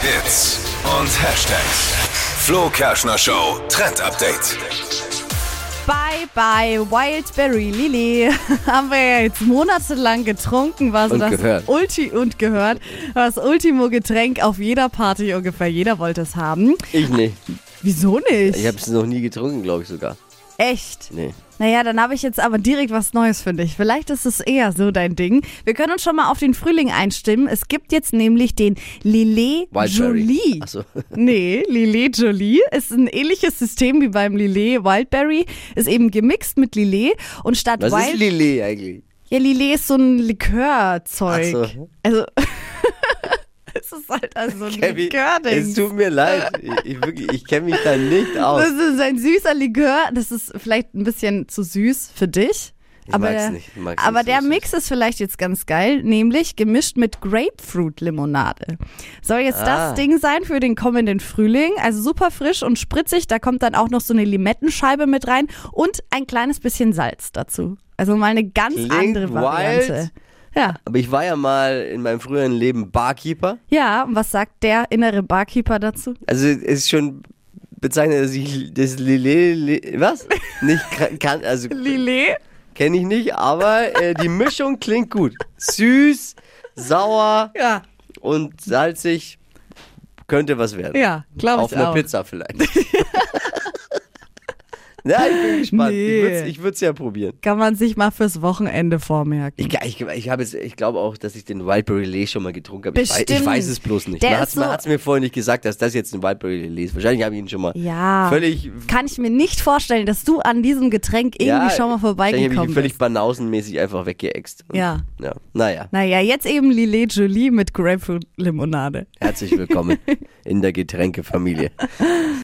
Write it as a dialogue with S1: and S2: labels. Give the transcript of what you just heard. S1: Hits und Hashtags. Flo Kerschner Show Trend Update.
S2: Bye bye Wildberry Lily. Haben wir ja jetzt monatelang getrunken, was
S3: Und
S2: das
S3: gehört.
S2: Ulti und gehört. War Das Ultimo Getränk auf jeder Party ungefähr. Jeder wollte es haben.
S3: Ich nicht.
S2: Wieso nicht?
S3: Ich habe es noch nie getrunken, glaube ich sogar.
S2: Echt?
S3: Nee.
S2: Naja, dann habe ich jetzt aber direkt was Neues für dich. Vielleicht ist es eher so dein Ding. Wir können uns schon mal auf den Frühling einstimmen. Es gibt jetzt nämlich den Lillet
S3: Wildberry.
S2: Jolie.
S3: Ach so.
S2: Nee, Lillet Jolie ist ein ähnliches System wie beim Lillet Wildberry. Ist eben gemixt mit Lillet und statt
S3: Was
S2: Wild
S3: ist Lillet eigentlich?
S2: ja, Lillet ist so ein Likörzeug.
S3: Ach so.
S2: Also, es ist halt also ein
S3: Kevin, es
S2: Likörding.
S3: tut mir leid. Ich, ich, wirklich- ich kenne mich da nicht aus.
S2: Das ist ein süßer Likör. Das ist vielleicht ein bisschen zu süß für dich.
S3: Ich
S2: aber
S3: mag's
S2: der,
S3: nicht. Ich mag's
S2: aber
S3: nicht so
S2: der
S3: süß.
S2: Mix ist vielleicht jetzt ganz geil, nämlich gemischt mit Grapefruit-Limonade. Soll jetzt
S3: Ah.
S2: das Ding sein für den kommenden Frühling. Also super frisch und spritzig. Da kommt dann auch noch so eine Limettenscheibe mit rein und ein kleines bisschen Salz dazu. Also mal eine ganz
S3: Klingt
S2: andere
S3: wild.
S2: Variante. Ja.
S3: Aber ich war ja mal in meinem früheren Leben Barkeeper.
S2: Ja, und was sagt der innere Barkeeper dazu?
S3: Also es ist schon bezeichnet, dass ich das Lillet, li- was? Nicht kra- kann, also
S2: Lillet?
S3: kenne ich nicht, aber äh, die Mischung klingt gut. Süß, sauer
S2: Ja,
S3: und salzig könnte was werden.
S2: ja, glaube ich
S3: Auf einer
S2: auch.
S3: Pizza vielleicht. Na, ich bin gespannt.
S2: Nee.
S3: Ich würde es ich würd's ja probieren.
S2: Kann man sich mal fürs Wochenende vormerken.
S3: Ich, ich, ich, hab jetzt- ich glaube auch, dass ich den Wildberry Lillet schon mal getrunken habe. Ich, wei- ich
S2: Bestimmt.
S3: weiß es bloß nicht.
S2: Der
S3: man
S2: ist
S3: hat es
S2: so-
S3: mir vorher nicht gesagt, dass das jetzt ein Wildberry Lillet ist. Wahrscheinlich habe ich ihn schon mal
S2: Ja.
S3: völlig...
S2: Kann ich mir nicht vorstellen, dass du an diesem Getränk irgendwie
S3: ja,
S2: schon mal
S3: wahrscheinlich habe ich
S2: vorbeigekommen
S3: ihn völlig
S2: bist.
S3: banausenmäßig einfach weggeäxt. Und-
S2: Ja.
S3: ja. Naja,
S2: Naja, jetzt eben Lillet Jolie mit Grapefruit-Limonade.
S3: herzlich willkommen in der Getränkefamilie.